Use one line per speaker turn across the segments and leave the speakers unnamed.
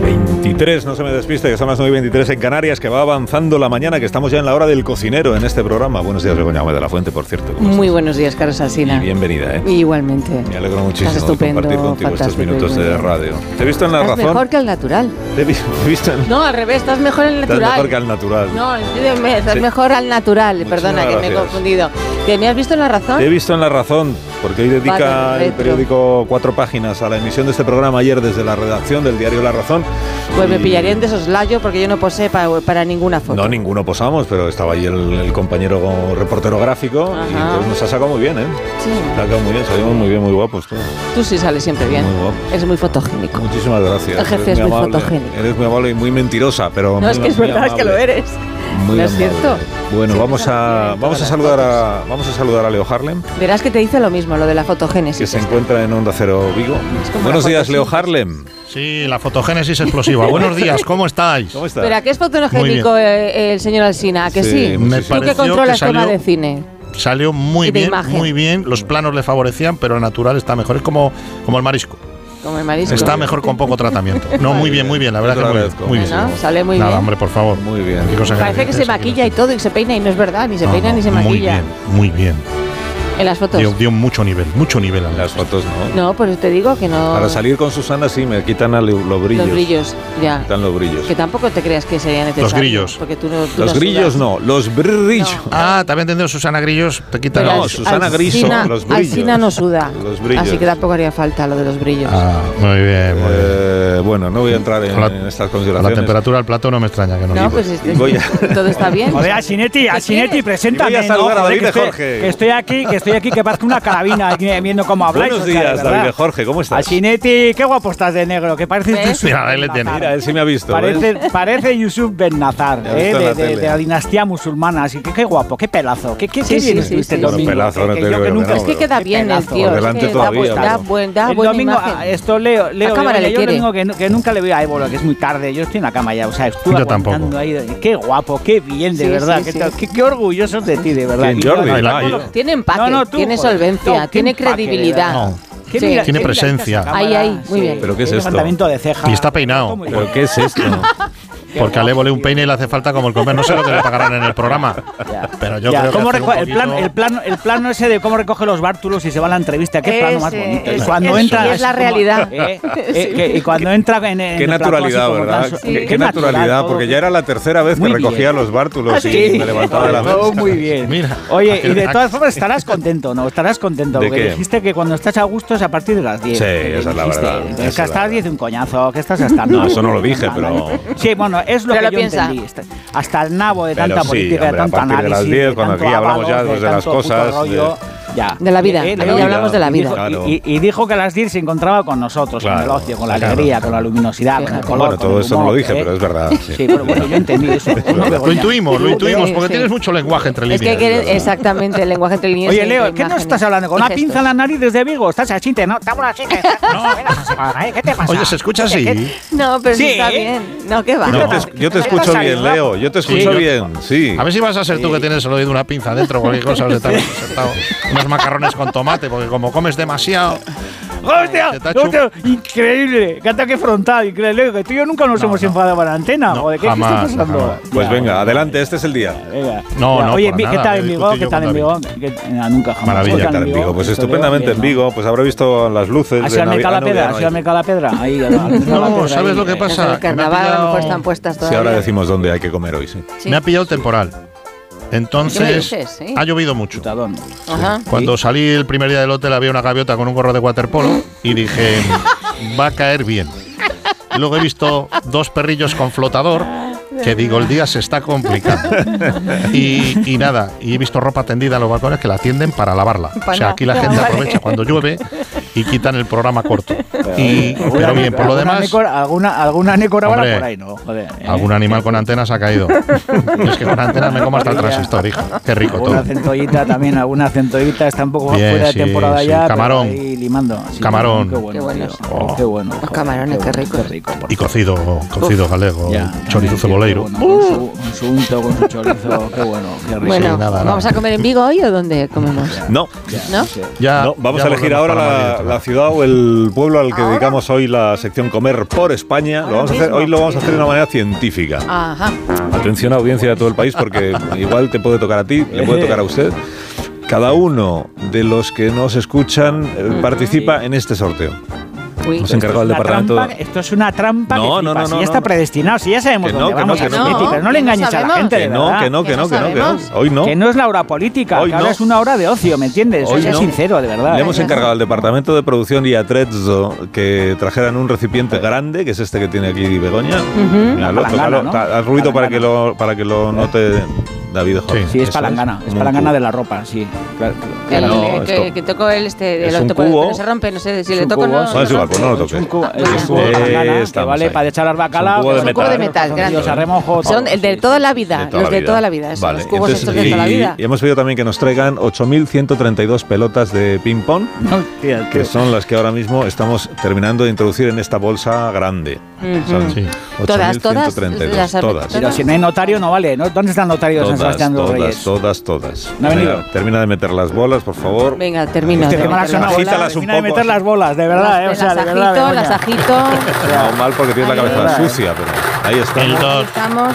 23, no se me despiste, que son las 9 y 23 en Canarias, que va avanzando la mañana, que estamos ya en la hora del cocinero en este programa. Buenos días, Begoña Gómez de la Fuente, por cierto. ¿cómo
Muy
estás?
buenos días, Carlos Asina.
Y bienvendiga, ¿eh?
Igualmente.
Me alegro muchísimo
Ah. Estás
de
estupendo,
compartir contigo estos
fantástico,
minutos de
igualmente.
radio. Te he visto en La
Estás
Razón.
mejor que el natural.
Te he vi- he visto en...
No, al revés, estás mejor en el
Estás
natural.
mejor que al natural.
No, entiéndeme, estás
Sí.
mejor al natural.
Muchísimas
Perdona, que me he
gracias.
confundido. ¿Que me has visto en la razón?
Te he visto en La Razón, porque hoy dedica
Vale,
el
perfecto.
periódico cuatro páginas a la emisión de este programa ayer desde la redacción del diario La Razón.
Pues me
Y-
pillarían de soslayo porque yo no posé pa- para, ninguna foto.
No, ninguno posamos, pero estaba ahí el, el compañero reportero gráfico y
Ajá.
entonces nos ha sacado muy bien, ¿eh?
Sí.
Nos ha sacado muy bien, salimos muy bien, muy guapos. tú.
Tú sí sales siempre bien.
Muy guapo.
Es muy fotogénico.
Muchísimas gracias.
El jefe
Eres
es muy
amable.
fotogénico.
Eres muy amable y muy mentirosa, pero...
No,
muy-
es que es
muy
verdad, es que lo
amable.
eres.
Muy
¿No es
amable.
cierto?
Bueno,
Sí,
vamos,
está bien
a,
en
vamos, a
todas
saludar
las
a, vamos a saludar a Leo Harlem,
Verás que te dice lo mismo, lo de la fotogénesis.
que se encuentra en Onda Cero Vigo.
Es como
Buenos
la
días, Leo
fotosíntesis.
Harlem.
Sí, la fotogénesis explosiva. Buenos días, ¿cómo estáis?
¿Cómo estás?
Pero ¿a qué es fotogénico eh, el señor Alsina? ¿A que
Sí,
sí?
me
Tú que
pareció
controlas
que
tema
salió-
de cine.
Salió muy
Y de
bien,
imagen.
muy bien. Los planos le favorecían, pero el natural está mejor. Es como, como el marisco.
Como el marisco.
Está mejor con poco tratamiento. No, muy bien, muy bien. La verdad
Yo te lo
que
agradezco.
muy bien.
Bueno,
Muy bien.
sale muy
Nada,
bien.
hombre, por favor.
Muy bien.
Qué cosa
Parece que se maquilla y todo, y se peina, y no es verdad, ni se
No,
peina
no,
ni se maquilla.
Muy bien, muy bien.
En las fotos.
Dio, dio mucho nivel, mucho nivel. a la-
Las fotos, ¿no?
No, pues te digo que no.
Para salir con Susana sí me quitan al- los brillos.
Los brillos, ya.
Quitan los brillos.
Que tampoco te creas que sería necesario.
grillos.
Porque tú no. tú
Los
no
grillos
sudas.
no, los brillos.
Ah, también tendré Susana Grillos. Te quita
Pero
No,
Als-
los-
Susana Griso,
Alsina-
los brillos.
Alsina no suda.
Los brillos.
Así que tampoco haría falta lo de los brillos.
Ah, muy bien, muy bien.
Eh, bueno, no voy a entrar en,
La-
en estas
A la
consideraciones.
temperatura del plato no me extraña que no.
no,
diga.
pues este-
y voy a-
todo está bien.
Joder, Asinetti, Asinetti,
quieres?
preséntame.
Y voy a saludar
¿no?
a
Joder,
David
que estoy-
Jorge.
Que estoy aquí, que estoy aquí, que parece una carabina aquí viendo cómo habláis.
Buenos
o sea, de
días,
verdad.
David Jorge, ¿cómo estás?
Asinetti, qué guapo estás de negro, que pareces
¿Ves?
Yusuf
Mira, ahí
Ben
le tiene.
Nazar.
Mira, él sí me ha visto. ¿eh?
Parece, parece Yusuf Ben Nazar,
Ya he
eh,
visto en la
de, de-
tele.
de la dinastía musulmana. Así que qué guapo, qué pelazo. Qué, qué,
Sí,
qué
sí,
bien
sí,
estuviste
sí,
el
sí.
domingo.
Bueno, pelazo no
que-
te
que yo
creo
que
que
nunca-
no,
es que queda
Qué
bien el
pelazo.
tío.
Por
es
delante
que da
todavía,
buen- Da,
pero-
buen, da
el
buena
domingo,
imagen.
ah, esto Leo, Leo,
cámara
Begoña,
le
yo
quiere.
lo único que, nu- que nunca le veo a Ebola, que es muy tarde, yo estoy en la cama ya, o sea, estuve
Yo
aguantando
tampoco.
ahí, qué guapo, qué bien, de
Sí,
verdad,
sí,
qué,
sí.
tal, qué- qué orgullosos de ti, de verdad.
¿Quién,
Y yo-
Jordi?
Ay, la-
Ah,
yo-
yo-
Tiene empaque,
No, no, tú,
tiene
joder.
solvencia,
No, qué
tiene
empaque,
credibilidad.
No.
¿Qué
Sí.
mira-
Tiene
qué mira
presencia.
esta
Ahí,
cámara?
ahí, muy bien.
¿Pero qué es
Tiene
esto?
levantamiento de ceja.
Y está peinado.
Muy
¿Pero
bien.
qué es esto?
Qué
Porque a
guapo,
Levo le un
tío.
peine y le hace falta como el comer. No sé lo que le pagarán en el programa.
Ya.
Pero yo
Ya,
creo que
¿cómo
hacer un
reco- el, plan,
poquito-
el, plano, el plano ese de cómo recoge los bártulos y se va a la entrevista, qué plano más
Ese,
bonito.
ese,
cuando
ese,
entra,
es la
como-
realidad.
eh, eh, que- y cuando entra en, en
Qué
el plató así
naturalidad,
como
¿verdad?
tan su-
Qué,
Sí.
qué
natural
naturalidad,
todo.
porque ya era la tercera vez que
Muy
recogía
bien.
los bártulos
Ah, Sí,
y me levantaba de la
todo
mesa.
muy bien.
Mira.
Oye, y de
Ah,
todas formas estarás contento, ¿no? Estarás contento,
¿De
porque
qué?
dijiste que cuando estás a gusto es a partir de las 10.
Sí, esa es la
Dijiste,
verdad, esa
Es
es
que
la
hasta las
verdad.
10 un coñazo, que estás hasta el
No,
nabo.
eso no lo dije, pero-
Sí, bueno, es lo
Pero
que
lo
yo
piensa.
entendí. Está- Hasta el nabo de
Pero
tanta
sí,
política,
hombre, a
de tanto
partir de las
análisis,
10,
de
cuando aquí
tanto
hablamos ya pues
avalo,
de las
tanto puto
cosas,
rollo. Ya.
De la vida,
Eh,
aquí hablamos de la
y
vida.
dijo- y-
Claro.
Y, y dijo que a las 10 se encontraba con nosotros, con el
Claro,
ocio, con la
claro.
alegría, con la luminosidad, con el color.
Bueno,
con
todo
el
eso no lo
humor,
dije,
¿eh?
pero es verdad.
Sí, pero bueno, yo entendí eso.
Lo intuimos, lo intuimos,
Sí,
porque
sí.
tienes mucho lenguaje entre líneas.
Es que hay que- exactamente el lenguaje entre líneas.
Oye,
y
Leo,
entre
¿qué no
imágenes
estás hablando? ¿Con
y
una
gestos.
pinza en la nariz desde Vigo? ¿Estás a chiste, no? Estamos a chiste. No. ¿Qué te pasa?
Oye, se escucha así.
No, pero
Sí.
no está bien. No, que va.
Yo te, yo te escucho bien, Leo. Yo te escucho
yo-
bien, sí.
A ver si vas a ser tú que tienes el oído una pinza dentro, cualquier cosa, has estado- has estado unos macarrones con tomate, porque como comes demasiado.
¡Hostia!
Se te ha hecho-
¡Hostia! ¡Increíble! ¡Qué ataque frontal! Increíble. Que tú y yo nunca nos
No,
hemos
no.
enfadado en la antena.
No,
Joder, ¿qué
jamás,
estás pasando?
jamás.
Pues
Ya,
venga, adelante, este es el día.
venga.
No,
Ya,
no,
Oye,
para
¿qué
nada,
tal
he
en Vigo?
discutido
¿Qué tal en
con
Vigo? Que- nada, Nunca jamás.
Maravilla,
¿Qué
¿Qué
tal
tal en Vigo? Pues
Esto leo
estupendamente
bien,
en
¿no?
Vigo. Pues habrá visto las luces.
¿Has
de
ido al
Navi-
Meca
Ah,
la
no, ya
Pedra?
no
¿Has
hay.
ido al Meca la Pedra? Ahí, al- al Meca la
No,
Pedra,
¿sabes
ahí,
lo que
eh.
pasa?
El carnaval a lo mejor están puestas
Sí,
todavía.
ahora decimos dónde hay que comer hoy, sí.
Sí.
Me ha pillado temporal.
¿Qué me
Entonces,
dices? Sí.
ha llovido mucho.
Putadón.
Ajá.
Cuando salí el primer día del hotel había una gaviota con un gorro de waterpolo y dije, va a caer bien. Luego he visto dos perrillos con flotador que digo, el día se está complicando. Y, y nada, y he visto ropa tendida en los balcones que la tienden para lavarla. O sea, aquí la
Ah,
gente
vale.
aprovecha cuando llueve y quitan el programa corto. Y, pero bien, por lo
Alguna
demás...
nécora- Alguna, alguna nécora
Hombre,
habrá por ahí, ¿no? Joder, ¿eh?
Algún animal con antenas ha caído. es que con antenas me como hasta el transistor, hija. Qué rico todo.
Alguna centollita también, alguna centollita está un poco
Bien,
fuera de
sí,
temporada
sí,
ya. pero
camarón.
ahí limando. Sí,
Camarón.
Qué
Qué bueno.
buenos.
tío. Oh, qué bueno.
Los
joder,
camarones, qué
bueno,
rico.
por
Y cocido, cocido galego,
Ya,
chorizo
también, sí,
ceboleiro.
qué bueno, con su- Con su unto, con su chorizo, qué bueno, qué rico.
Bueno,
Uh. nada, nada.
¿vamos a comer en Vigo hoy o dónde comemos?
No,
¿No?
Ya,
no, vamos
ya
a elegir
volvemos
ahora
para
la,
Madrid
la ciudad o el pueblo al que dedicamos hoy la sección Comer por España. Lo vamos a hacer, hoy lo vamos a hacer de una manera científica.
Ajá.
Atención audiencia de todo el país porque igual te puede tocar a ti, le
Eh.
puede tocar a usted. Cada uno de los que nos escuchan eh,
Mm.
participa en este sorteo.
Uy.
Nos encargó el
Una
departamento.
trampa- esto es una trampa.
No,
que
no,
flipas,
no, no,
y ya está
no.
predestinado. Si ya sabemos
Que no,
dónde
que no,
vamos
que
a
no.
los políticos. No
Que
le engañes
no
a la
sabemos.
gente,
Que
de
no,
verdad.
que no, que
Que
no,
no
que no, que no.
sabemos.
Hoy no.
Que no es la hora política,
Hoy
que ahora
no.
es una hora de ocio, ¿me entiendes?
Hoy
Soy
no.
sincero, de verdad. ¿eh?
Le hemos
Ay,
encargado al departamento de producción y a Trezzo que trajeran un recipiente grande, que es este que tiene aquí Begoña. Míralo,
Palangana,
tócalo,
¿no?
ta- haz ruido para que, lo, para que lo note David Jorge.
Sí, es
Eso
palangana, es
Un
palangana
cubo.
de la ropa, sí. Claro,
Que,
no,
le-
esto-
que, que toco el este, de
es
los
un
topos, pero
cubo.
no se rompe, no sé, si
Es
le
un
toco
cubo,
no.
No, es igual, pues no lo toques.
Es un cubo, es
Bueno.
un cubo de
Eh,
palangana que
estamos
vale
ahí.
para echar al
Es
bacalao.
un cubo de
que
un cubo de metal,
son
grande.
tíos a remojo,
Son el de
sí,
toda la
De
vida,
toda
los
la
de toda la vida, esos
Vale,
los cubos
entonces,
estos de toda la
y-
vida.
Y hemos pedido también que nos traigan 8.132 pelotas de ping-pong,
sí. Hostia,
que
tío.
son las que ahora mismo estamos terminando de introducir en esta bolsa grande.
Ujú.
Son
Sí.
8.132,
Todas, todas, las has
todas.
metido
Pero si no hay notario, no vale. ¿no? ¿Dónde está el notario de San
Todas,
Sebastián de los
todas,
Reyes?
todas, todas.
No ha
Venga,
venido.
termina de meter las bolas, por favor.
Venga, termina.
Este
Que me
termina,
las
Agítalas
suena
termina.
bolas,
un
termina de
poco,
meter
sí.
las bolas, de verdad, eh, o sea, de
las
verdad.
agito,
Begoña.
las agito.
No, mal porque tienes la
Ahí
cabeza
está, eh.
sucia, pero ahí está.
El
Ahí
dos.
Estamos.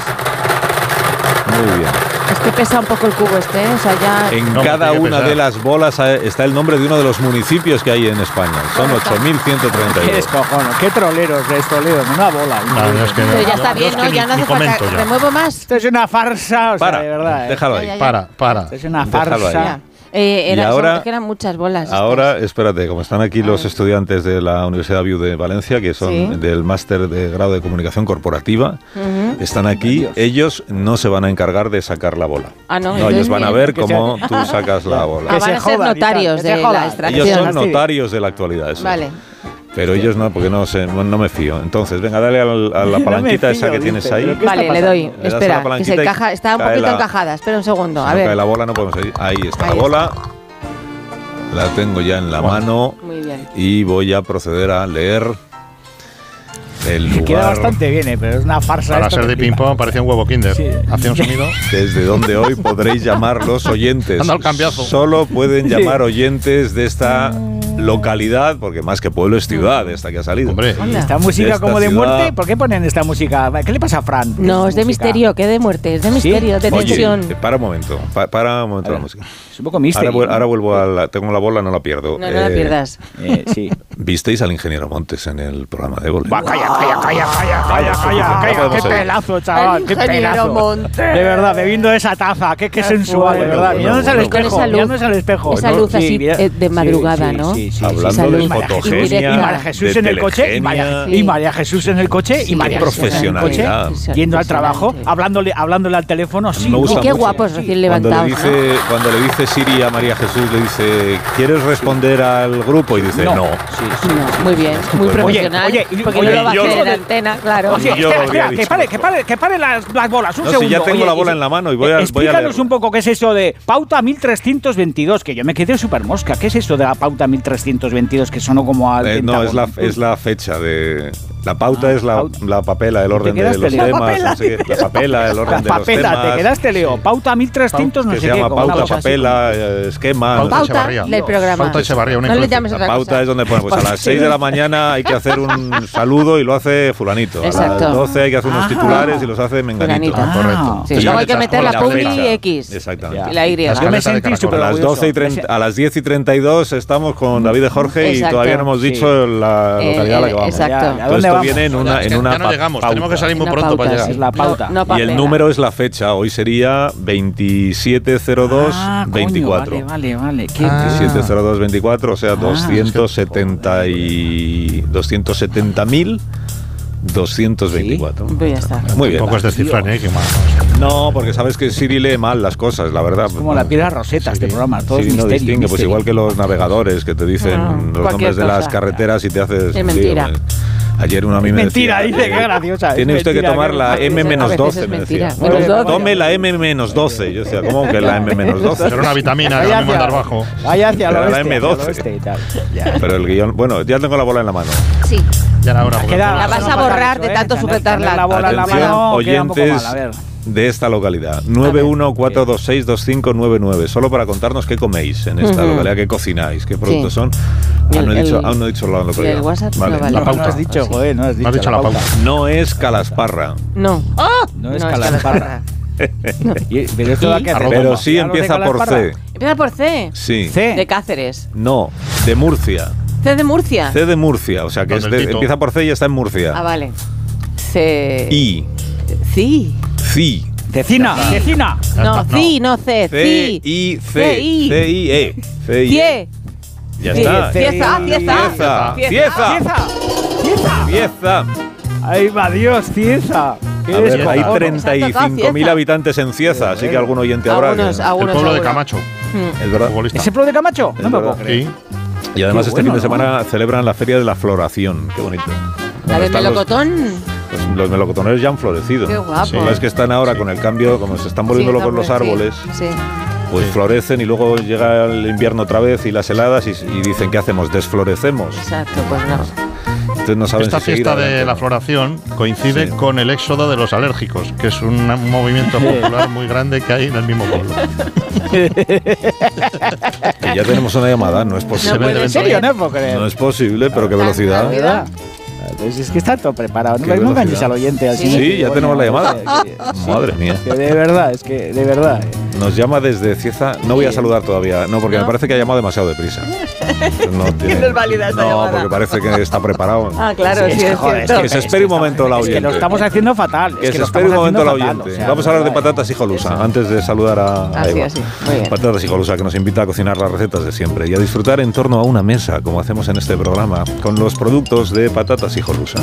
Muy bien.
Es que pesa un poco el cubo este, ¿eh? o sea, ya.
En
No,
cada
tiene que
una
pesar.
de las bolas eh, está el nombre de uno de los municipios que hay en España. Son
Qué
8.132.
descojones, qué troleros de estos leos, una bola.
No, no, es que no.
Pero ya
Yo-
está
yo
bien,
es que
¿no?
ni-
Ya no
ni
hace falta.
comento ya.
Remuevo más.
Esto es una farsa, o sea, de
Para,
verdad. eh.
déjalo ahí.
Ya, ya, ya.
Para, para.
Esto es una
Déjalo ahí.
farsa.
Ya. Eh, era-
Y
son-
ahora-
es que eran muchas bolas. estas.
Ahora, espérate, como están
Ah.
aquí los
ver.
estudiantes de la Universidad View de Valencia, que son
Sí.
del máster de grado de comunicación corporativa,
Ujú.
están aquí. Ellos no se van a encargar de sacar la bola.
Ah, no,
no ellos
entonces
van a
bien.
ver
Que
cómo tú sacas la bola.
Ah, van
se
a ser
jodan y tal,
notarios
que
de
se jodan.
la
Ellos
extracción.
Ellos son
Acción.
notarios de la actualidad, eso.
Vale.
Pero ellos no, porque no, sé, no me fío. Entonces, venga, dale al- a la
No me
palanquita esa
fío,
que tienes
dice,
ahí.
pero ¿Qué está
Vale, le
pasando?
doy.
Le das a la
Espera, que
palanquita
se
y
encaja. Está un
cae
poquito
la-
encajada. Espera un segundo.
Si
A
no cae
ver.
la bola, no podemos ir. Ahí está
Ahí
la bola. La tengo ya en la mano
Muy bien.
y voy a proceder a leer el lugar
Queda bastante bien, eh, pero es una farsa.
Para
esto
ser
que
de
flipa.
ping-pong parece un huevo kinder.
Sí.
Hace un sonido.
desde donde hoy podréis llamar los oyentes.
Anda al cambiazo.
Solo pueden llamar oyentes de esta localidad, porque más que pueblo es ciudad esta que ha salido.
Hombre,
Anda.
Esta música
Esta
como de
ciudad-
muerte, ¿por qué ponen esta música? ¿Qué le pasa a Fran?
No, es de
Música.
misterio, que de muerte, es de misterio, de
Oye,
tensión.
eh, para un momento, pa- para un momento
A
la
ver,
música.
Es un poco
Ahora,
misterio.
vu- ahora vuelvo a la, tengo la bola, no la pierdo.
No, no la
Eh,
pierdas.
Eh, sí.
Visteis al ingeniero Montes en el programa de Évole.
calla, calla, calla, calla,
Vaya, sí, sí, no podemos
qué
seguir.
pelazo, chaval,
El
qué
ingeniero
pelazo.
Montes.
De verdad, bebiendo esa taza, qué, qué sensual, de
bueno,
verdad.
bueno,
Mirándose al
bueno. Con
espejo,
esa luz,
mirándose al espejo.
esa
¿no?
luz así,
mira-
eh, de madrugada, ¿no?
Hablando
Salud.
de
María Jesús,
fotogenia,
Y María Jesús
de
en el coche, y
telegenia.
María,
Sí.
y María Jesús en el coche,
Sí,
y María Jesús en el coche,
profesionalidad.
yendo al trabajo, hablándole, hablándole al teléfono, sí,
Me gusta
Y qué
mucho.
guapos recién
Cuando le,
levantados. ¿no?
dice, cuando le dice Siri a María Jesús, le dice, ¿quieres responder al grupo? Y dice, no.
Sí, sí.
No, muy bien, muy
Oye,
profesional.
oye, y-
porque
oye,
no lo va a
yo
hacer
lo-
en antena, claro.
Oye,
Ni yo lo
espera,
habría
espera, que
dicho
pare,
esto.
que pare, que pare las, las bolas, un
No, si
segundo.
ya tengo
Oye,
la bola
y-
en la mano y voy a-
eh,
voy a
Explícanos
leerlo.
un poco qué es eso de pauta 1322, que yo me quedé súper mosca. ¿Qué es eso de la pauta 1322 que sonó como a...
Eh, no, es la, es la fecha de... La pauta es la,
Ah, pauta.
la papela, el orden de
quedas
los temas.
peleado. La
no sé qué. la papela, el orden
La
de los
papela,
temas.
te quedaste, Leo. Pauta 1300, no
que
sé
se
qué.
llama
como una
pauta,
cosa así.
papela, eh, esquema. no sé.
Pauta
pauta
Echevarría.
del programa.
Pauta Echevarría, una
no le
influencia.
llames
La
otra
pauta
cosa.
es donde ponemos, pues a las 6 de la mañana hay que hacer un saludo y lo hace fulanito. A
Exacto.
las 12 hay que hacer unos
Ah.
titulares y los hace menganito.
Fulanito.
correcto.
Sí,
Entonces,
luego hay que
la-
meter
con
la publi
fecha.
y X.
Exactamente.
Y la Y.
Las
Yo me
Caleta de
sentí
Caracol.
súper
A las, 12 y 30 a las 10 y 32 estamos con David de Jorge y
Exacto.
todavía no hemos
Mm. Sí.
dicho la
Eh,
localidad a la que vamos.
exacto.
Ya, ¿A
Todo
dónde
esto
vamos?
viene en una,
Ya,
en
ya
una
no
pa-
llegamos,
pauta.
tenemos que salir muy
Una
pronto para
pauta,
llegar.
sí.
Es la pauta.
No, Ah, no
Y el
papela.
número es la fecha, hoy sería 2702
Ah, coño,
24.
vale, vale, vale. Qué
Ah.
2702 24, o
Ah.
sea, 270 y 270 224.
Pues ya está.
Muy bien.
Tampoco es descifrar, ¿eh? Qué mal.
No, porque sabes que Siri lee mal las cosas, la verdad.
Es como la piedra roseta este programa. Todo
Sí,
es
no
misterio,
distingue, pues
misterio.
igual que los navegadores que te dicen
Ah,
los
cualquier
nombres de las
cosa.
carreteras y te haces. un lío,
mentira.
eh. Ayer uno a mí
Es
me
mentira,
decía,
dice, qué
eh,
graciosa, es
Tiene usted que
mentira,
tomar
qué
la
graciosa.
A veces
M-12,
es
me
mentira.
decía.
Menos
Oye,
doce.
Tome la M-12. Yo decía, ¿cómo que la
Era
M-12?
una vitamina, era
Vaya
lo mismo
hacia-
andar bajo.
Vaya hacia el
Era la
oeste, hacia el
M12.
oeste y tal.
Pero el guión. Bueno, ya tengo la bola en la mano.
Sí.
Ya era hora. porque
Queda-
todo-
La vas a borrar de
¿eh?
tanto
Tener-
sujetarla.
tener La bola en la
Atención,
mano, queda un poco
oyentes
mal, a ver.
de esta localidad. 914262599. Solo para contarnos qué coméis en esta
Ujú.
localidad, qué cocináis, qué productos
Sí.
son. Ah, no he
El-
dicho,
el-
ah, no he dicho la
el
localidad.
WhatsApp no
Vale.
vale.
La
No,
pauta.
No has dicho, joder, no has dicho.
has dicho la pauta.
No es Calasparra,
No.
No es
No es
calasparra. Y- Pero esto da que hacer.
pero
Vamos,
sí
ya no
empieza
sé
por C.
Calasparra.
Empieza por C.
Sí.
C.
De Cáceres.
No, de Murcia.
C de Murcia.
C de Murcia, o sea que
Con
es
el
de-
Tito.
empieza por C y está en Murcia.
Ah, vale. C.
I,
Sí.
CI,
Cecina, cecina.
No, sí, no, C.
C,
Sí.
I, C,
C-I.
C, I, E. C, I, E.
Cie.
Ya
Sí,
está.
C-
Cieza, cieza.
Cieza, cieza,
¡Cieza! ¡Cieza!
cieza.
¡Ay, va Dios, cieza! ¡Qué
A ver,
descojono.
hay
Cieza.
Cieza.
35.000 habitantes en Cieza, así que algún oyente habrá. que-
Algunos,
El
algunos.
pueblo de
algunos.
Camacho,
Mm.
Es verdad.
futbolista.
¿Ese pro de Camacho? No me lo puedo
verdad.
creer.
Sí.
Y además
Qué
este
bueno,
fin de
¿no?
semana celebran la Feria de la Floración. Qué bonito.
La
Bueno,
de
están los-
melocotón.
Los, los melocotoneros ya han florecido.
Qué guapo.
Sí. Las que están ahora con el cambio, como se están volviendo
Sí,
locos los
sí,
árboles,
Sí.
pues florecen y luego llega el invierno otra vez y las heladas y, y dicen, ¿qué hacemos? Desflorecemos.
Exacto, pues no.
Entonces no saben
Esta
si seguir
fiesta de
adelante.
la floración coincide
Sí.
con el éxodo de los alérgicos, que es un movimiento popular muy grande que hay en el mismo pueblo.
Que ya tenemos una llamada, no es
No
posible.
puede
¿En
ser.
serio? No me puedo creer.
No es posible, pero qué
Tan
velocidad.
rápido.
¿Verdad? Pues es que está todo preparado. No
Qué
no
velocidad.
engañes al oyente al
Sí.
siguiente.
Sí, ya
Bueno,
tenemos la llamada.
que-
Madre mía.
que de verdad, es que de verdad. eh.
Nos llama desde Cieza. No voy a saludar todavía, no, porque
¿No?
me parece que ha llamado demasiado deprisa. No, tiene-
no es válida esta
No,
llamada.
porque parece que está preparado.
Ah, claro, sí,
es que,
es
joder,
cierto.
que se espere un momento la
Es que
oyente.
lo estamos haciendo fatal.
Que
es que
se
lo
espere un
estamos
momento la
haciendo
oyente.
fatal, o sea, Ah,
Vamos a hablar de
verdad,
patatas y jolusa, antes de saludar a, a
Así,
Eva.
así. Muy bien.
Patatas y jolusa, que nos invita a cocinar las recetas de siempre y a disfrutar en torno a una mesa, como hacemos en este programa, con los productos de patatas y jolusa.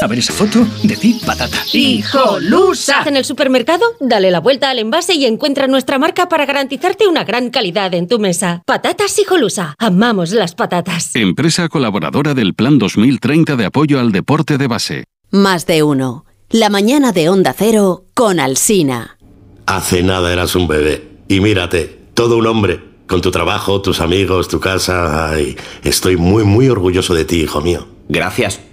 A ver esa foto, decir patata.
¡Hijolusa!
En el supermercado, dale la vuelta al envase y encuentra nuestra marca para garantizarte una gran calidad en tu mesa. Patatas Hijolusa. Amamos las patatas.
Empresa colaboradora del Plan 2030 de apoyo al deporte de base.
Más de uno. La mañana de Onda Cero con Alsina.
Hace nada eras un bebé. Y mírate, todo un hombre. Con tu trabajo, tus amigos, tu casa. Ay, estoy muy, muy orgulloso de ti, hijo mío.
Gracias.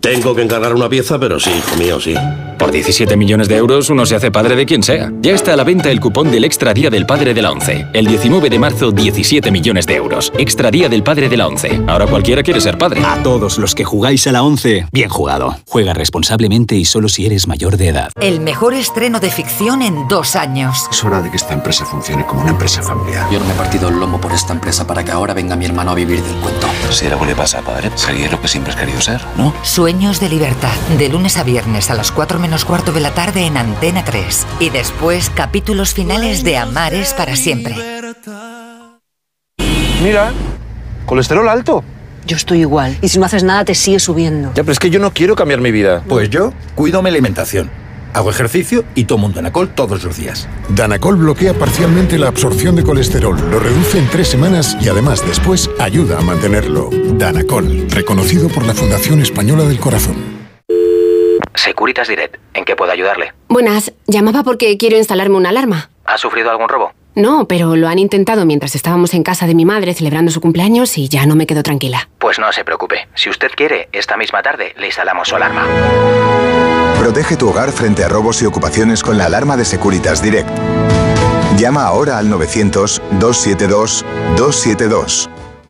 Tengo que encargar una pieza, pero sí, hijo mío, sí.
Por 17 millones de euros uno se hace padre de quien sea. Ya está a la venta el cupón del Extra Día del Padre de la ONCE. El 19 de marzo, 17 millones de euros. Extra Día del Padre de la ONCE. Ahora cualquiera quiere ser padre.
A todos los que jugáis a la 11, bien jugado. Juega responsablemente y solo si eres mayor de edad.
El mejor estreno de ficción en dos años.
Es hora de que esta empresa funcione como una empresa familiar.
Yo no me he partido el lomo por esta empresa para que ahora venga mi hermano a vivir del cuento.
Si algo le pasa a padre, sería lo que siempre has querido ser, ¿no?
Sueños de libertad. De lunes a viernes a las 4 menos cuarto de la tarde en Antena 3. Y después capítulos finales de Amares para siempre.
Mira, colesterol alto.
Yo estoy igual. Y si no haces nada, te sigue subiendo.
Ya, pero es que yo no quiero cambiar mi vida.
Pues yo cuido mi alimentación. Hago ejercicio y tomo un Danacol todos los días.
Danacol bloquea parcialmente la absorción de colesterol, lo reduce en tres semanas y además después ayuda a mantenerlo. Danacol, reconocido por la Fundación Española del Corazón.
Securitas Direct, ¿en qué puedo ayudarle?
Buenas, llamaba porque quiero instalarme una alarma.
¿Ha sufrido algún robo?
No, pero lo han intentado mientras estábamos en casa de mi madre celebrando su cumpleaños y ya no me quedo tranquila.
Pues no se preocupe. Si usted quiere, esta misma tarde le instalamos su alarma.
Protege tu hogar frente a robos y ocupaciones con la alarma de Securitas Direct. Llama ahora al 900-272-272.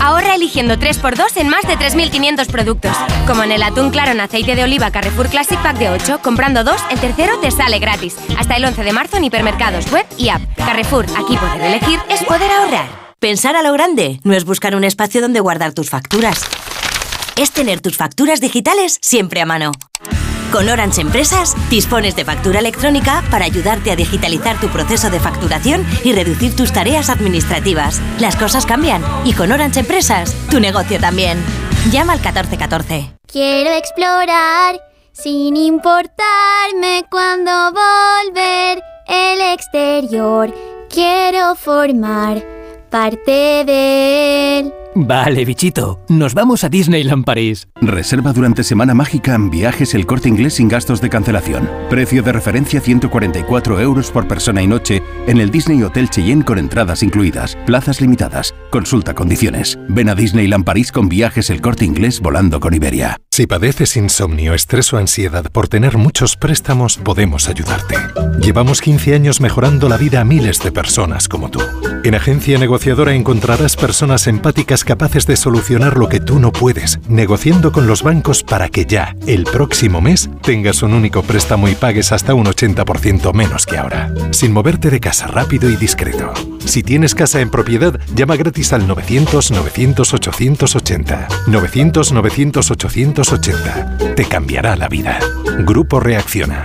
ahorra eligiendo 3x2 en más de 3.500 productos. Como en el atún claro en aceite de oliva Carrefour Classic Pack de 8, comprando dos, el tercero te sale gratis. Hasta el 11 de marzo en hipermercados, web y app. Carrefour, aquí poder elegir es poder ahorrar.
Pensar a lo grande no es buscar un espacio donde guardar tus facturas. Es tener tus facturas digitales siempre a mano. Con Orange Empresas dispones de factura electrónica para ayudarte a digitalizar tu proceso de facturación y reducir tus tareas administrativas. Las cosas cambian y con Orange Empresas tu negocio también. Llama al 1414.
Quiero explorar sin importarme cuando volver el exterior. Quiero formar parte de él.
Vale, bichito, nos vamos a Disneyland París.
Reserva durante Semana Mágica en viajes el corte inglés sin gastos de cancelación. Precio de referencia 144 euros por persona y noche en el Disney Hotel Cheyenne con entradas incluidas, plazas limitadas. Consulta condiciones. Ven a Disneyland París con viajes el corte inglés volando con Iberia.
Si padeces insomnio, estrés o ansiedad por tener muchos préstamos, podemos ayudarte. Llevamos 15 años mejorando la vida a miles de personas como tú. En Agencia Negociadora encontrarás personas empáticas capaces de solucionar lo que tú no puedes, negociando con los bancos para que ya, el próximo mes, tengas un único préstamo y pagues hasta un 80% menos que ahora. Sin moverte de casa rápido y discreto. Si tienes casa en propiedad, llama gratis al 900-900-880. 900-900-880. Te cambiará la vida. Grupo Reacciona.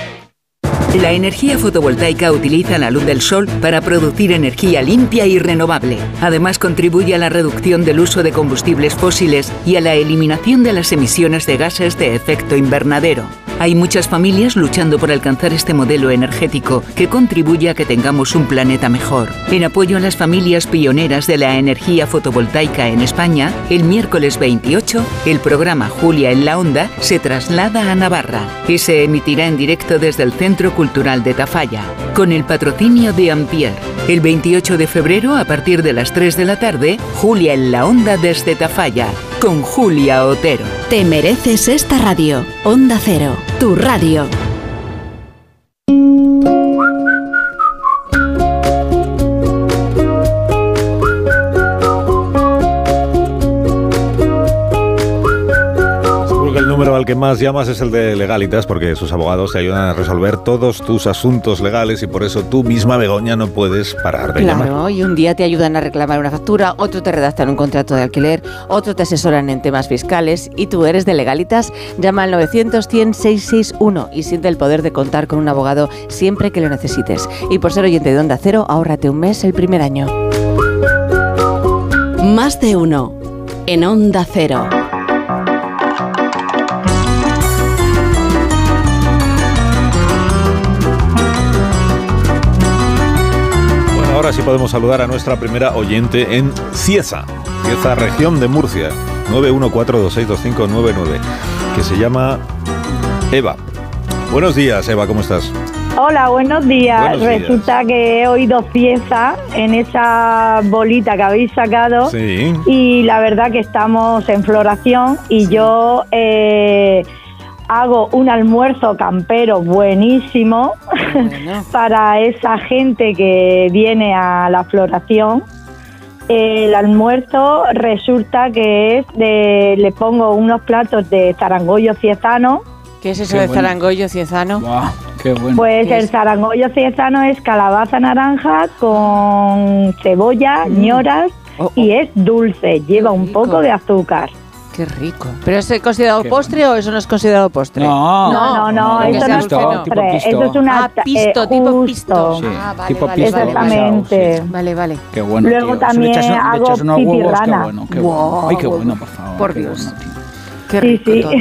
La energía fotovoltaica utiliza la luz del sol para producir energía limpia y renovable. Además, contribuye a la reducción del uso de combustibles fósiles y a la eliminación de las emisiones de gases de efecto invernadero. Hay muchas familias luchando por alcanzar este modelo energético que contribuye a que tengamos un planeta mejor. En apoyo a las familias pioneras de la energía fotovoltaica en España, el miércoles 28, el programa Julia en la Onda se traslada a Navarra y se emitirá en directo desde el Centro Cultural de Tafalla, con el patrocinio de Ampier. El 28 de febrero, a partir de las 3 de la tarde, Julia en la Onda desde Tafalla, con Julia Otero.
Te mereces esta radio. Onda Cero, tu radio.
Seguro que el número al que más llamas es el de Legalitas, porque sus abogados te ayudan a resolver todos tus asuntos legales y por eso tú misma, Begoña, no puedes parar de llamar.
Claro, y un día te ayudan a reclamar una factura, otro te redactan un contrato de alquiler, otro te asesoran en temas fiscales y tú eres de legalitas. Llama al 900-100-661 y siente el poder de contar con un abogado siempre que lo necesites. Y por ser oyente de Onda Cero, ahórrate un mes el primer año.
Más de uno. En Onda Cero.
Bueno, ahora sí podemos saludar a nuestra primera oyente en Cieza, Cieza, región de Murcia, 914262599, que se llama Eva. Buenos días, Eva, ¿cómo estás?
Hola, buenos días.
Buenos días.
Resulta que he oído piezas en esa bolita que habéis sacado
Sí.
y la verdad que estamos en floración y yo eh, hago un almuerzo campero buenísimo para esa gente que viene a la floración. El almuerzo resulta que es de, le pongo unos platos de zarangollo ciezano.
¿Qué es
eso
eso
Qué
de
de bueno.
zarangollo ciezano?
Qué bueno.
Pues el zarangollo ciezano es calabaza naranja con cebolla, ñoras y es dulce, lleva un poco de azúcar.
Qué rico. ¿Pero es eh, considerado postre o eso no es considerado postre?
No, no, no,
que
eso
sea
no es
dulce,
postre, eso es una eh,
Ah, pisto, tipo pisto.
Sí,
Ah, vale,
tipo
vale,
pisto
vale, vale.
Exactamente.
Sí. Vale, vale.
Qué bueno.
Luego
tío. Eso
también
le echas, le
hago
echas unos huevos, qué
pitirrana.
bueno, qué
Wow.
bueno. Ay, qué bueno, por favor.
Por
qué
Dios.
bueno, tío.
Qué rico todo.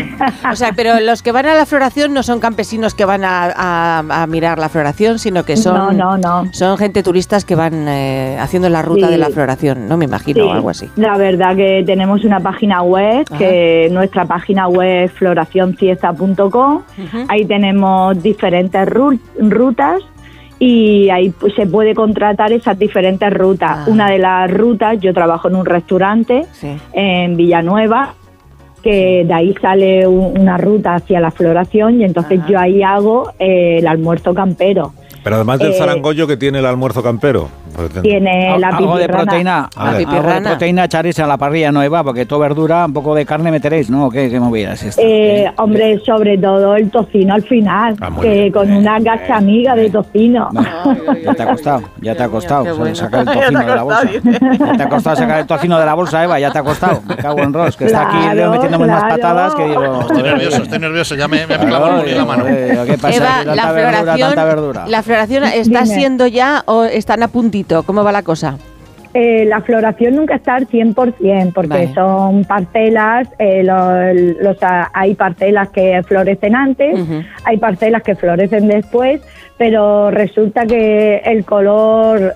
O sea, pero los que van a la floración no son campesinos que van a, a- a mirar la floración, sino que son,
No,
son gente turistas que van eh, haciendo la ruta
Sí.
de la floración, ¿no? Me imagino,
Sí,
o algo así.
La verdad que tenemos una página web, que nuestra página web es floracionciesta.com. Ahí tenemos diferentes ru- rutas y ahí pues, se puede contratar esas diferentes
Ah.
rutas. Una de las rutas, yo trabajo en un restaurante en Villanueva, que de ahí sale un- una ruta hacia la floración y
Ah.
entonces yo ahí hago eh, el almuerzo campero.
Pero además del
Eh,
zarangollo que tiene el almuerzo campero,
Tiene Eh, la
algo de
pipirrana.
proteína,
La
algo de
pipirrana.
proteína echaréis a la parrilla nueva, porque todo verdura, un poco de carne meteréis, ¿no? ¿Qué, qué movidas Este, es esta?
Eh, hombre, sobre todo el tocino al final,
Ah,
que con una gacha amiga de tocino.
Ya te ha costado, ya te ha costado o sea,
bueno.
sacar el
Ya te ha
tocino de la bolsa. Ya te ha costado sacar el tocino de la bolsa, Eva, ya te ha costado. Me cago en Ross, que está aquí Leo
Claro,
metiéndome unas
claro.
patadas que digo.
Estoy
joder,
nervioso, estoy nervioso, ya me, me ha picado la mano.
joder, ¿Qué pasa?
Eva,
Tanta
la
verdura,
floración,
tanta verdura.
la floración está siendo ya o están a puntito. ¿Cómo va la cosa?
Eh, la floración nunca está al 100% porque
Vale.
son parcelas, eh, lo- los- a- hay parcelas que florecen antes,
Ujú.
hay parcelas que florecen después, pero resulta que el color,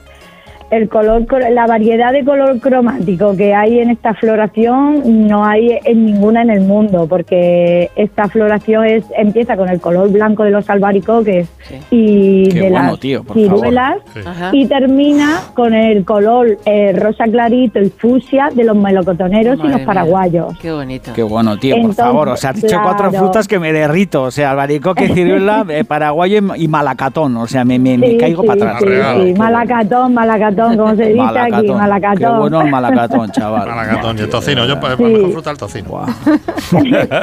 el color, cro- la variedad de color cromático que hay en esta floración no hay en ninguna en el mundo porque esta floración es, empieza con el color blanco de los albaricoques y
Qué
de
bueno,
las
tío, por favor.
ciruelas
Sí. Ajá.
y termina con el color eh, rosa clarito y fucsia de los melocotoneros y los paraguayos.
Qué bonito.
Qué bueno, tío,
Entonces,
por favor. O sea, has dicho cuatro
claro.
frutas que me derrito. O sea, albaricoque, ciruela, eh, paraguayo y y malacatón. O sea, me, me, me
Sí,
caigo
sí,
para atrás.
sí, sí. Malacatón, malacatón, como se dice aquí, malacatón.
Qué bueno el malacatón, chaval.
Malacatón y el tocino. Yo para
Sí.
mejor fruta el tocino.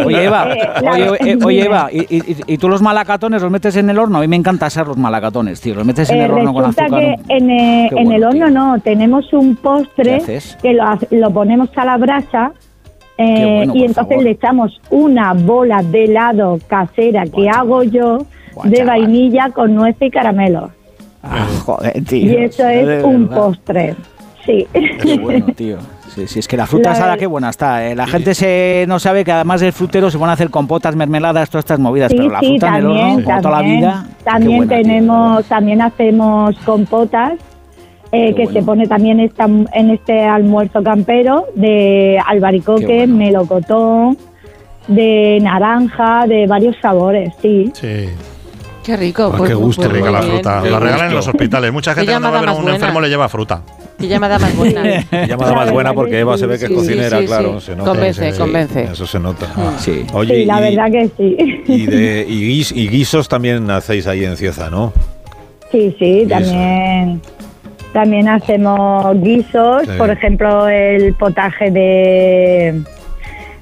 Oye, Eva,
la-
oye, eh, oye, Eva, y, y- y tú los malacatones los metes en el horno? A mí me encanta asar los malacatones, tío. Los metes en
Eh,
el horno con
resulta
azúcar.
que en, eh,
Qué
en
bueno,
el horno no, tenemos un
¿Qué
postre
haces?
que lo, hace- lo ponemos a la brasa eh,
Qué bueno,
y
por
entonces
favor.
le echamos una bola de helado casera que hago yo de vainilla con nueces y caramelo.
Ah, joder, tío.
Y eso es
de
un
verdad.
postre. Sí.
Qué bueno, tío. Sí, sí, es que la fruta
La-
asada qué buena está. eh. La gente se no sabe que además del frutero se van a hacer compotas, mermeladas, todas estas movidas.
Sí,
pero la
sí,
fruta en el
también,
horno, como
también,
toda la vida.
también
qué buena, tío.
tenemos, también hacemos compotas eh,
Qué
que
bueno.
se pone también esta, en este almuerzo campero de albaricoque,
Qué bueno.
melocotón, de naranja, de varios sabores, sí.
Sí.
Qué rico.
Pues
pues,
qué
pues,
gusto.
pues,
rica la
muy bien.
fruta.
Qué
La regalan en
gusto.
los hospitales. Mucha
Qué
gente cuando va
llamada
a ver a
más
un
buena.
enfermo le lleva fruta.
Qué llamada más buena.
Llamada más buena porque Eva se ve que es
sí,
cocinera,
sí, sí.
claro. Se nota,
Convence,
Sí, sí,
convence.
Eso se nota.
Sí.
Oye,
sí, la
y,
verdad que sí.
y de, y guis- y guisos también hacéis ahí en Cieza, ¿no?
Sí,
¿eh?
sí, también. También hacemos guisos,
Sí.
por ejemplo, el potaje de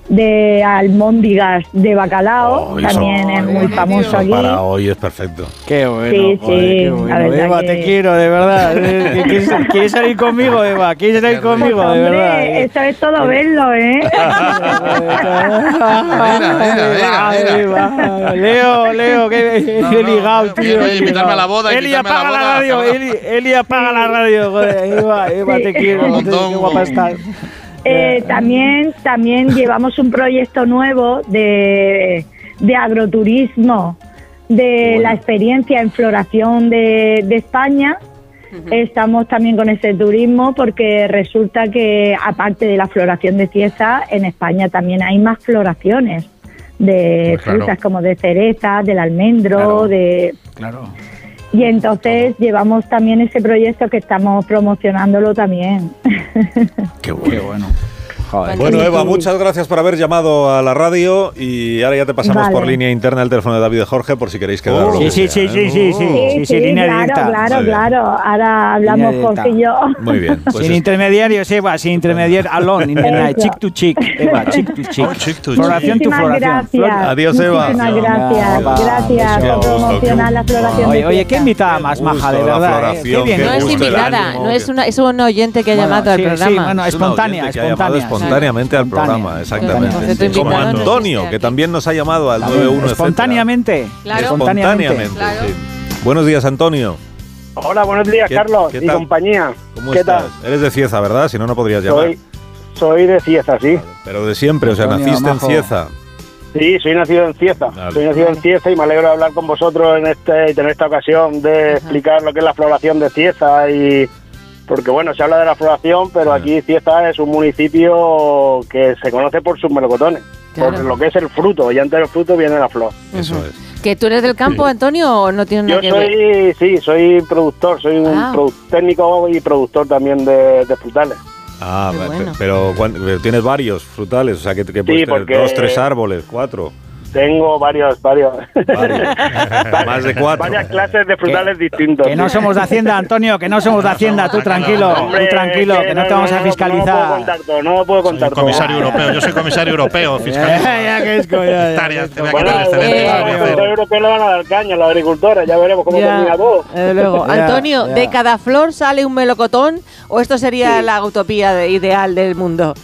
de almóndigas de bacalao,
Oh, eso-
también es muy famoso aquí.
Para hoy es perfecto.
Qué bueno,
Sí,
joder,
sí,
qué
la
bueno.
verdad
Eva,
que-
te quiero, de verdad. Eh, ¿Quieres, quieres salir conmigo, Eva? ¿Quieres salir conmigo, de
Hombre,
verdad?
¿eh?
Eh,
eso es todo verlo, ¿eh?
Ay, va. Leo, Leo, que he ligado, tío.
oye,
he
invitarme a la
ligado.
boda,
Eli,
invitarme a la
apaga
boda,
la radio.
cabrón.
Eli, Eli, apaga la radio. Joder, Eva, Eva, te quiero.
Un
Qué guapa estás.
Eh, también, también llevamos un proyecto nuevo de, de agroturismo, de la experiencia en floración de, de España. Estamos también con ese turismo porque resulta que aparte de la floración de cieza, en España también hay más floraciones de
Pues claro.
frutas como de cereza, del almendro, de
Claro.
y entonces llevamos también ese proyecto que estamos promocionándolo también.
Qué bueno.
Joder.
Bueno, Eva, muchas gracias por haber llamado a la radio y ahora ya te pasamos
Vale.
por línea interna el teléfono de David y Jorge por si queréis quedar. o lo
Oh, sí,
que
sí,
sea,
sí,
¿eh?
sí, sí, sí, sí, sí, línea
claro,
directa.
claro,
Muy bien.
claro. Ahora hablamos
Línea
Jorge y yo.
directa.
Muy bien. Pues
sin
es-
intermediarios, Eva, sin intermediarios. Alone, in the night,
Eso.
chick to chick. Eva, chick to
Oh,
chick. floración tu
Muchísimas
floración.
gracias.
Flor-
Adiós, Eva.
Muchísimas gracias.
Eva,
gracias
beso.
por promocionar la floración.
Oye,
de
oye, qué invitada más maja, de
la
verdad. ¿eh?
floración, qué
No es
gusto, el
invitada,
ánimo
no
que-
es, una, es un oyente que ha
Bueno,
llamado al
sí, sí,
programa.
bueno,
Es un
espontánea,
oyente que ha llamado
espontánea.
espontáneamente al programa,
Entonces,
exactamente.
tu
Como
invitado no
Antonio, que también nos ha llamado al
También,
91
espontáneamente.
Claro.
Espontáneamente.
Espontáneamente. sí. Buenos días, Antonio.
Hola, buenos días,
¿Qué-
Carlos
qué
y
tal?
compañía.
¿Cómo
¿Qué
estás?
tal?
Eres de Cieza, ¿verdad? Si no, no podrías llamar.
Soy, soy de Cieza, sí.
Pero de siempre, o sea,
Antonio,
naciste en
majo.
Cieza.
Sí, soy nacido en Cieza. Soy nacido en Cieza y me alegro de hablar con vosotros en este y tener esta ocasión de explicar lo que es la floración de Cieza y porque bueno, se habla de la floración, pero aquí Cieza es un municipio que se conoce por sus melocotones, por lo que es el fruto, y antes del fruto viene la flor.
Eso es.
¿Que tú eres del campo, Antonio, o no tienes
Yo
nada que ver?
soy, sí, soy productor, soy un
Ah.
produ- técnico y productor también de, de frutales.
Ah, pe-
bueno.
pero, cuan- pero tienes varios frutales, o sea, que, que
Sí,
puedes tener
porque-
dos, tres árboles, cuatro.
Tengo varios, varios.
Más de cuatro.
Varias clases de frutales distintos.
Que no
sí.
somos de Hacienda, Antonio, que no somos de Hacienda. Tú tranquilo, tú tranquilo, que no te vamos a
No
fiscalizar.
puedo contar todo, no puedo contar todo.
Comisario europeo, yo soy comisario europeo, fiscal.
ya, que es coño.
te voy a quitar el excelente.
Bueno,
te voy a
los
hacer.
comisarios europeos le van a dar caña a los agricultores, ya veremos cómo
Ya,
termina todo.
desde luego. Antonio, ¿de cada flor sale un melocotón o esto sería la utopía de- ideal del mundo?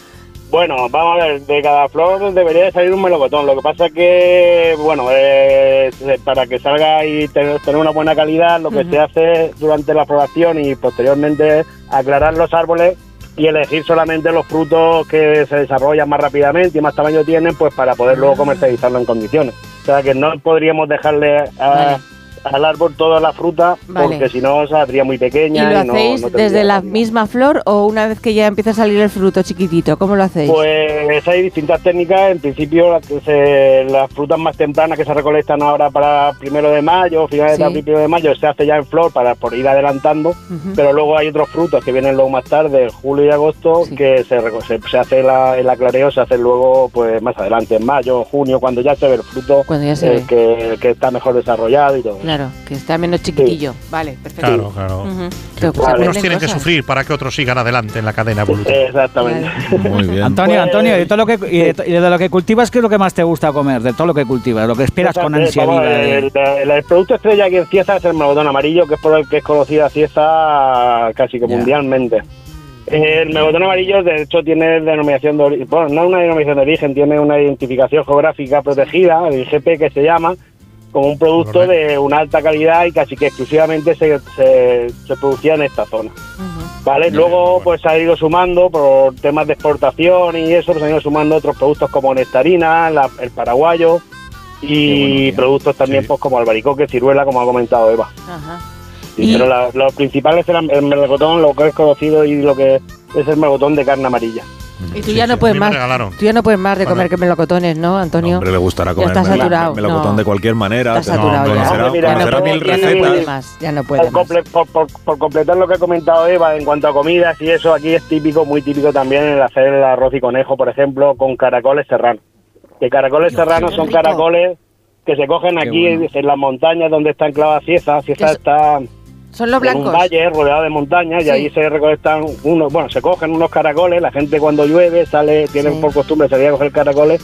Bueno, vamos a ver, de cada flor debería de salir un melocotón. Lo que pasa que, bueno, eh, para que salga y te- tener una buena calidad, lo que se hace durante la floración y posteriormente es aclarar los árboles y elegir solamente los frutos que se desarrollan más rápidamente y más tamaño tienen, pues para poder
Ah.
luego comercializarlo en condiciones. O sea que no podríamos dejarle a- al árbol toda la fruta
Vale.
porque si no saldría muy
¿Y
pequeña.
lo
no-
hacéis
no tendría
desde la misma flor o una vez que ya empieza a salir el fruto chiquitito? ¿Cómo lo hacéis?
Pues hay distintas técnicas. En principio, las, que se- las frutas más tempranas que se recolectan ahora para primero de mayo, finales
Sí.
de abril, primero de mayo, se hace ya en flor para por ir adelantando. Pero luego hay otros frutos que vienen luego más tarde, en julio y agosto, que se, reco- se, se hace la, el aclareo, se hace luego pues más adelante, en mayo, junio, cuando ya se ve el fruto
Cuando ya
eh,
se ve.
Que, que está mejor desarrollado y todo.
Claro, que está menos chiquitillo. Vale, perfecto.
Claro, claro.
Ujú.
Que
Pero se aprenden
Unos tienen que
cosas.
sufrir para que otros sigan adelante en la cadena evolutiva.
Exactamente.
Muy bien.
Antonio,
Pues-
Antonio, de todo lo que y de, to- y de lo que cultivas, ¿qué es lo que más te gusta comer? De todo lo que cultivas, lo que esperas con
Entonces,
ansia eh.
vamos,
vida.
El, el- el producto estrella aquí en Cieza es el melodón amarillo, que es por el que es conocida Cieza casi que mundialmente. El melodón amarillo, de hecho, tiene denominación de origen, bueno, no una denominación de origen, tiene una identificación geográfica protegida, el IGP que se llama, como un producto de una alta calidad y casi que exclusivamente se, se- se producía en esta zona. ¿Vale? Luego pues se ha ido sumando por temas de exportación y eso, pues se han ido sumando otros productos como nectarina, la- el paraguayo y productos también pues como albaricoque, ciruela, como ha comentado Eva. Sí, Pero la- los principales eran el melocotón, lo que es conocido y lo que es el melocotón de carne amarilla.
Y tú ya no puedes más. Tú ya no puedes más de comer que melocotones, ¿no, Antonio?
Hombre, le gustará
Ya
comer
está
mel-
saturado,
melocotón
no.
de cualquier manera.
Está saturado ya.
conocerá,
Hombre, mira,
conocerá
no
mil
puedo-
recetas.
No puede más, ya no puede
Por,
más.
comple- por- por- por completar lo que ha comentado Eva en cuanto a comidas y eso, aquí es típico, muy típico también el hacer el arroz y conejo, por ejemplo, con caracoles serranos. Que caracoles serranos son
rico.
caracoles que se cogen
Qué
aquí
bueno.
en las montañas donde está enclavada Cieza. Cieza está
Son los
en un
blancos.
valle rodeado de montañas
Sí.
y ahí se recolectan unos, bueno, se cogen unos caracoles, la gente cuando llueve sale, tienen por costumbre salir a coger caracoles.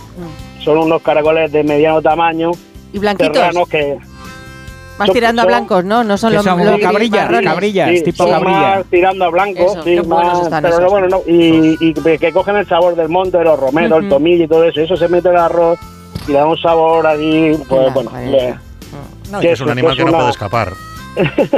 Son unos caracoles de mediano tamaño.
Y Ah. blanquitos.
serranos que
Más
son-
tirando a
son-
blancos, ¿no? No son
que
los,
son
los
cabrillas,
marrones.
cabrillas, Sí, tipo son cabrillas. más tirando a blanco,
Eso,
sí,
qué buenos
más-
están
pero
esos.
bueno, no, y, y que que cogen el sabor del monte, de los romeros, el
Ujú.
tomillo y todo eso, eso se mete en el arroz y le da un sabor ahí, pues
Claro,
bueno,
vale.
le-
No,
Pues, que
es un animal que no
una-
puede escapar.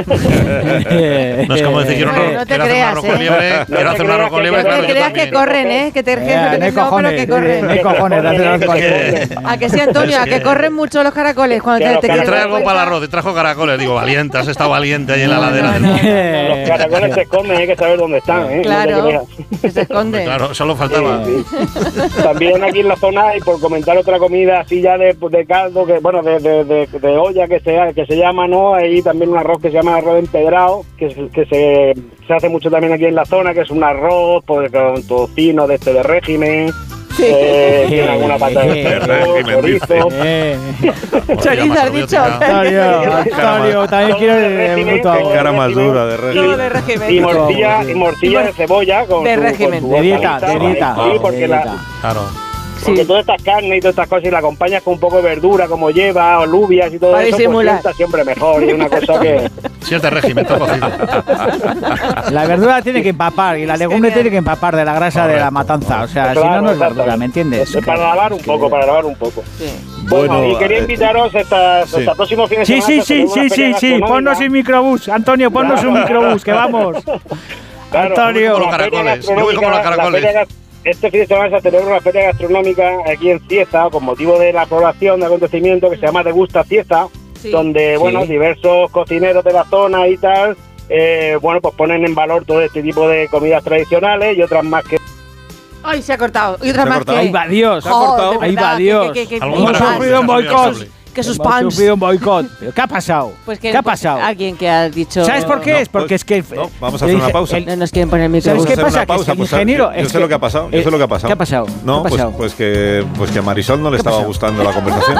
no es como decir, quiero un
Bueno,
arroz-
no te
quiero hacer un
creas,
arroz con
¿eh?
liebre, quiero hacer un arroz con liebre,
No
claro,
te
yo
creas que
también.
corren, ¿eh? Que te
Eh,
que
no hay
no, pero
cojones,
que corren.
no hay cojones de hacer arroz con liebre.
¿A que sí, Antonio? ¿A que corren mucho los caracoles cuando te, te
Te
quieres
trae
dar
algo
cuenta?
para el arroz, te trajo caracoles. Digo, valiente, has estado valiente ahí en la ladera. del monte.
los caracoles se comen, hay que saber dónde están, ¿eh? No te
Claro.
creas.
Que se esconden.
Claro, solo faltaba.
También aquí en la zona, y por comentar otra comida así ya de, pues, de caldo, que bueno, de, de- de- de olla que se, que se llama, ¿no? Hay también un arroz que se llama arroz empedrado, que, se- que se, se hace mucho también aquí en la zona, que es un arroz pues, con tocino de este de régimen. eh, tiene alguna pata de cerdo, chorizo.
Chorizo, has dicho.
Antonio, Antonio, también quiero
eh,
el- el bruto
Qué cara más dura de régimen.
Todo de régimen.
Y morcilla, y morcilla de cebolla con
De
su- con
régimen.
su
De dieta,
hortaliza,
de dieta.
Sí, porque la,
Claro.
porque todas estas carnes y todas estas cosas, y la acompañas con un poco de verdura, como lleva, o lubias y todo
Para
eso, pues
disimular.
sienta siempre mejor. Y una cosa que.
Si es de régimen, está cocido.
La verdura tiene que empapar y la legumbre tiene que empapar de la grasa de la matanza. O sea, si no, no es verdura, ¿me entiendes?
Para lavar un poco, para lavar un poco. Bueno,
Bueno,
y quería
eh,
invitaros hasta,
sí.
hasta próximo fin de
Sí,
semana. que
sí, sí,
tenemos una
sí,
feria
sí, sí.
gastronómica.
Ponnos un microbús, Antonio, ponnos un microbús, que vamos.
Claro,
Antonio.
voy como la feria
Los caracoles, yo voy
gastronómica,
como los
la
caracoles.
feria gas- Este fin de semana se celebra una feria gastronómica aquí en Cieza con motivo de la población de acontecimiento que se llama Degusta Cieza,
Sí.
donde
Sí.
bueno diversos cocineros de la zona y tal, eh, bueno pues ponen en valor todo este tipo de comidas tradicionales y otras más que
Ay, se ha cortado. Y otra
Se ha
más
cortado.
que...
Ahí va Dios.
Joder, de
Ahí va
verdad,
Dios.
que- que- que-
Algo más
que-
Pues
que-
sufrido
que-
un boicot.
que sus
Hemos
pants.
sufrido un boicot. ¿Pero ¿Qué ha pasado?
Pues que
¿Qué ha pasado?
Alguien que ha dicho.
¿Sabes por qué es?
pues
Porque es que.
No, pues, vamos a hacer una pausa.
No nos quieren poner el micro.
¿Sabes qué
Vamos a
pasa?
hacer una pausa,
que
pues,
el ingeniero.
yo
es
sé lo que ha pasado, yo
eh,
sé lo que ha pasado.
¿Qué ha pasado?
No,
¿Qué ha
pues,
pasado?
pues que, pues que a Marisol no le estaba gustando la conversación.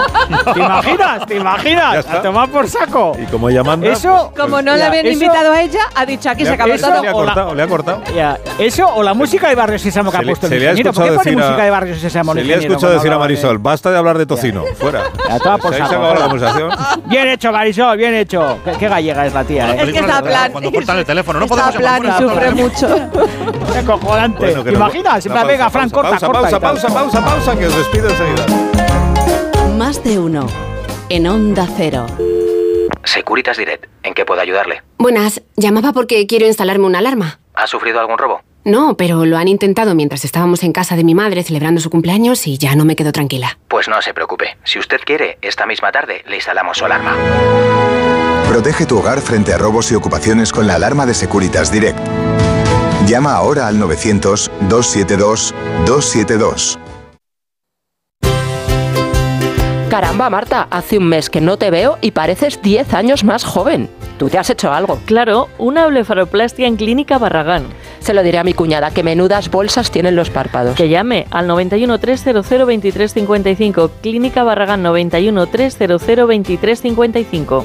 ¿Te imaginas? ¿Te
Ya
imaginas?
está.
A tomar por saco.
Y como ella manda.
Eso.
Como no Pues la habían
eso-
invitado a ella, ha dicho aquí
Le
se
ha-
acabó
eso
todo.
le ha
o la-
cortado, le ha cortado.
Ya, Eso o la música de Barrio Sésamo que
Se
ha
le-
puesto
se
el
le ha
ingeniero. ¿Por qué
escuchado
pone
decir a-
música de Barrio Sésamo el
Se le ha
ingeniero
escuchado
cuando
decir a
hablaba de-
Marisol, basta de hablar de tocino, fuera. Pues
A tomar por
Se ha
saco,
acabado la
fuera.
conversación.
Bien hecho, Marisol, bien hecho. Qué, qué gallega es la tía. ¿eh?
Es que está plan.
Cuando cortan el teléfono, no
Está
podemos llamar
plan y
fuera.
sufre mucho.
Qué cojonante.
Bueno, que
¿Te
nos-
imaginas? En
una
plan,
pausa,
venga, Fran, corta,
pausa,
corta. y
Pausa,
tal.
pausa, pausa, pausa, que os despido enseguida.
Más de uno. En Onda Cero.
Securitas Direct, ¿en qué puedo ayudarle?
Buenas, llamaba porque quiero instalarme una alarma.
¿Ha sufrido algún robo?
No, pero lo han intentado mientras estábamos en casa de mi madre celebrando su cumpleaños y ya no me quedo tranquila.
Pues no se preocupe. Si usted quiere, esta misma tarde le instalamos su alarma.
Protege tu hogar frente a robos y ocupaciones con la alarma de Securitas Direct. Llama ahora al 900-272-272.
Caramba, Marta, hace un mes que no te veo y pareces 10 años más joven. Tú te has hecho algo. Claro, una blefaroplastia en Clínica Barragán. Se lo diré a mi cuñada, que menudas bolsas tienen los párpados.
Que llame al 91 300 2355, Clínica Barragán 91 300 2355.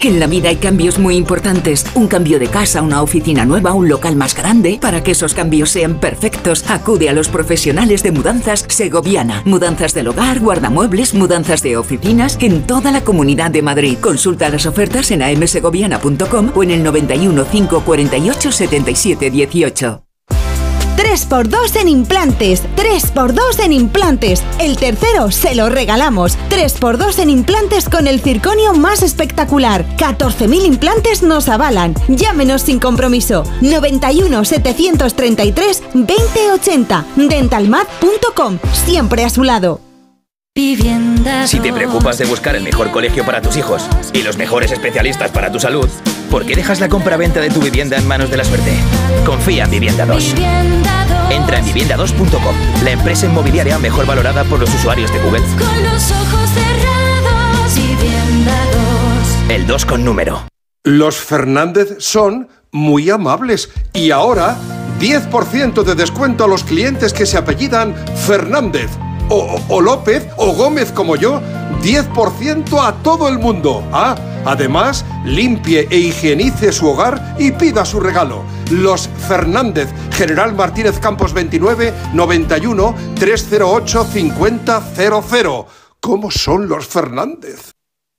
En la vida hay cambios muy importantes. Un cambio de casa, una oficina nueva, un local más grande. Para que esos cambios sean perfectos, acude a los profesionales de mudanzas segoviana. Mudanzas del hogar, guardamuebles, mudanzas de oficinas en toda la comunidad de Madrid. Consulta las ofertas en amsegoviana.com o en el 91 548 77 18.
3x2 en implantes, 3x2 en implantes. El tercero se lo regalamos. 3x2 en implantes con el circonio más espectacular. 14.000 implantes nos avalan. Llámenos sin compromiso. 91 733 2080. Dentalmat.com. Siempre a su lado.
Si te preocupas de buscar el mejor colegio para tus hijos y los mejores especialistas para tu salud, ¿por qué dejas la compra-venta de tu vivienda en manos de la suerte? Confía en Vivienda 2. Entra en vivienda2.com, la empresa inmobiliaria mejor valorada por los usuarios de Google.
Con los ojos cerrados y viéndolos.
El 2 con número.
Los Fernández son muy amables y ahora 10% de descuento a los clientes que se apellidan Fernández o, o López o Gómez como yo, 10% a todo el mundo. Ah, además, limpie e higienice su hogar y pida su regalo. Los Fernández, General Martínez Campos 29 91 308 5000. ¿Cómo son los Fernández?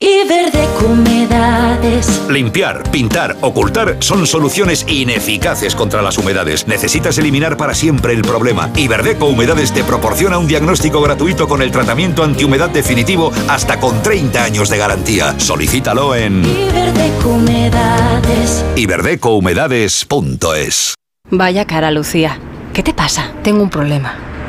Y verde comedades.
Limpiar, pintar, ocultar son soluciones ineficaces contra las humedades. Necesitas eliminar para siempre el problema. Iberdeco Humedades te proporciona un diagnóstico gratuito con el tratamiento antihumedad definitivo hasta con 30 años de garantía. Solicítalo en
Y verde comedades.
iberdecohumedades.es.
Vaya cara, Lucía. ¿Qué te pasa? Tengo un problema.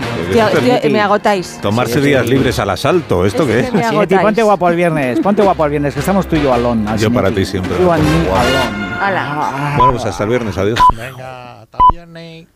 esto es-
tío, me agotáis.
Tomarse días libres al asalto, ¿esto qué es?
me
Sinetti,
agotáis.
¿eh? ponte guapo el viernes, ponte guapo el viernes, que estamos tú y yo alón.
Yo para ti siempre.
Tú a mí,
Guau.
alón.
Hala.
Bueno, pues hasta el viernes, adiós.
Venga, hasta el viernes.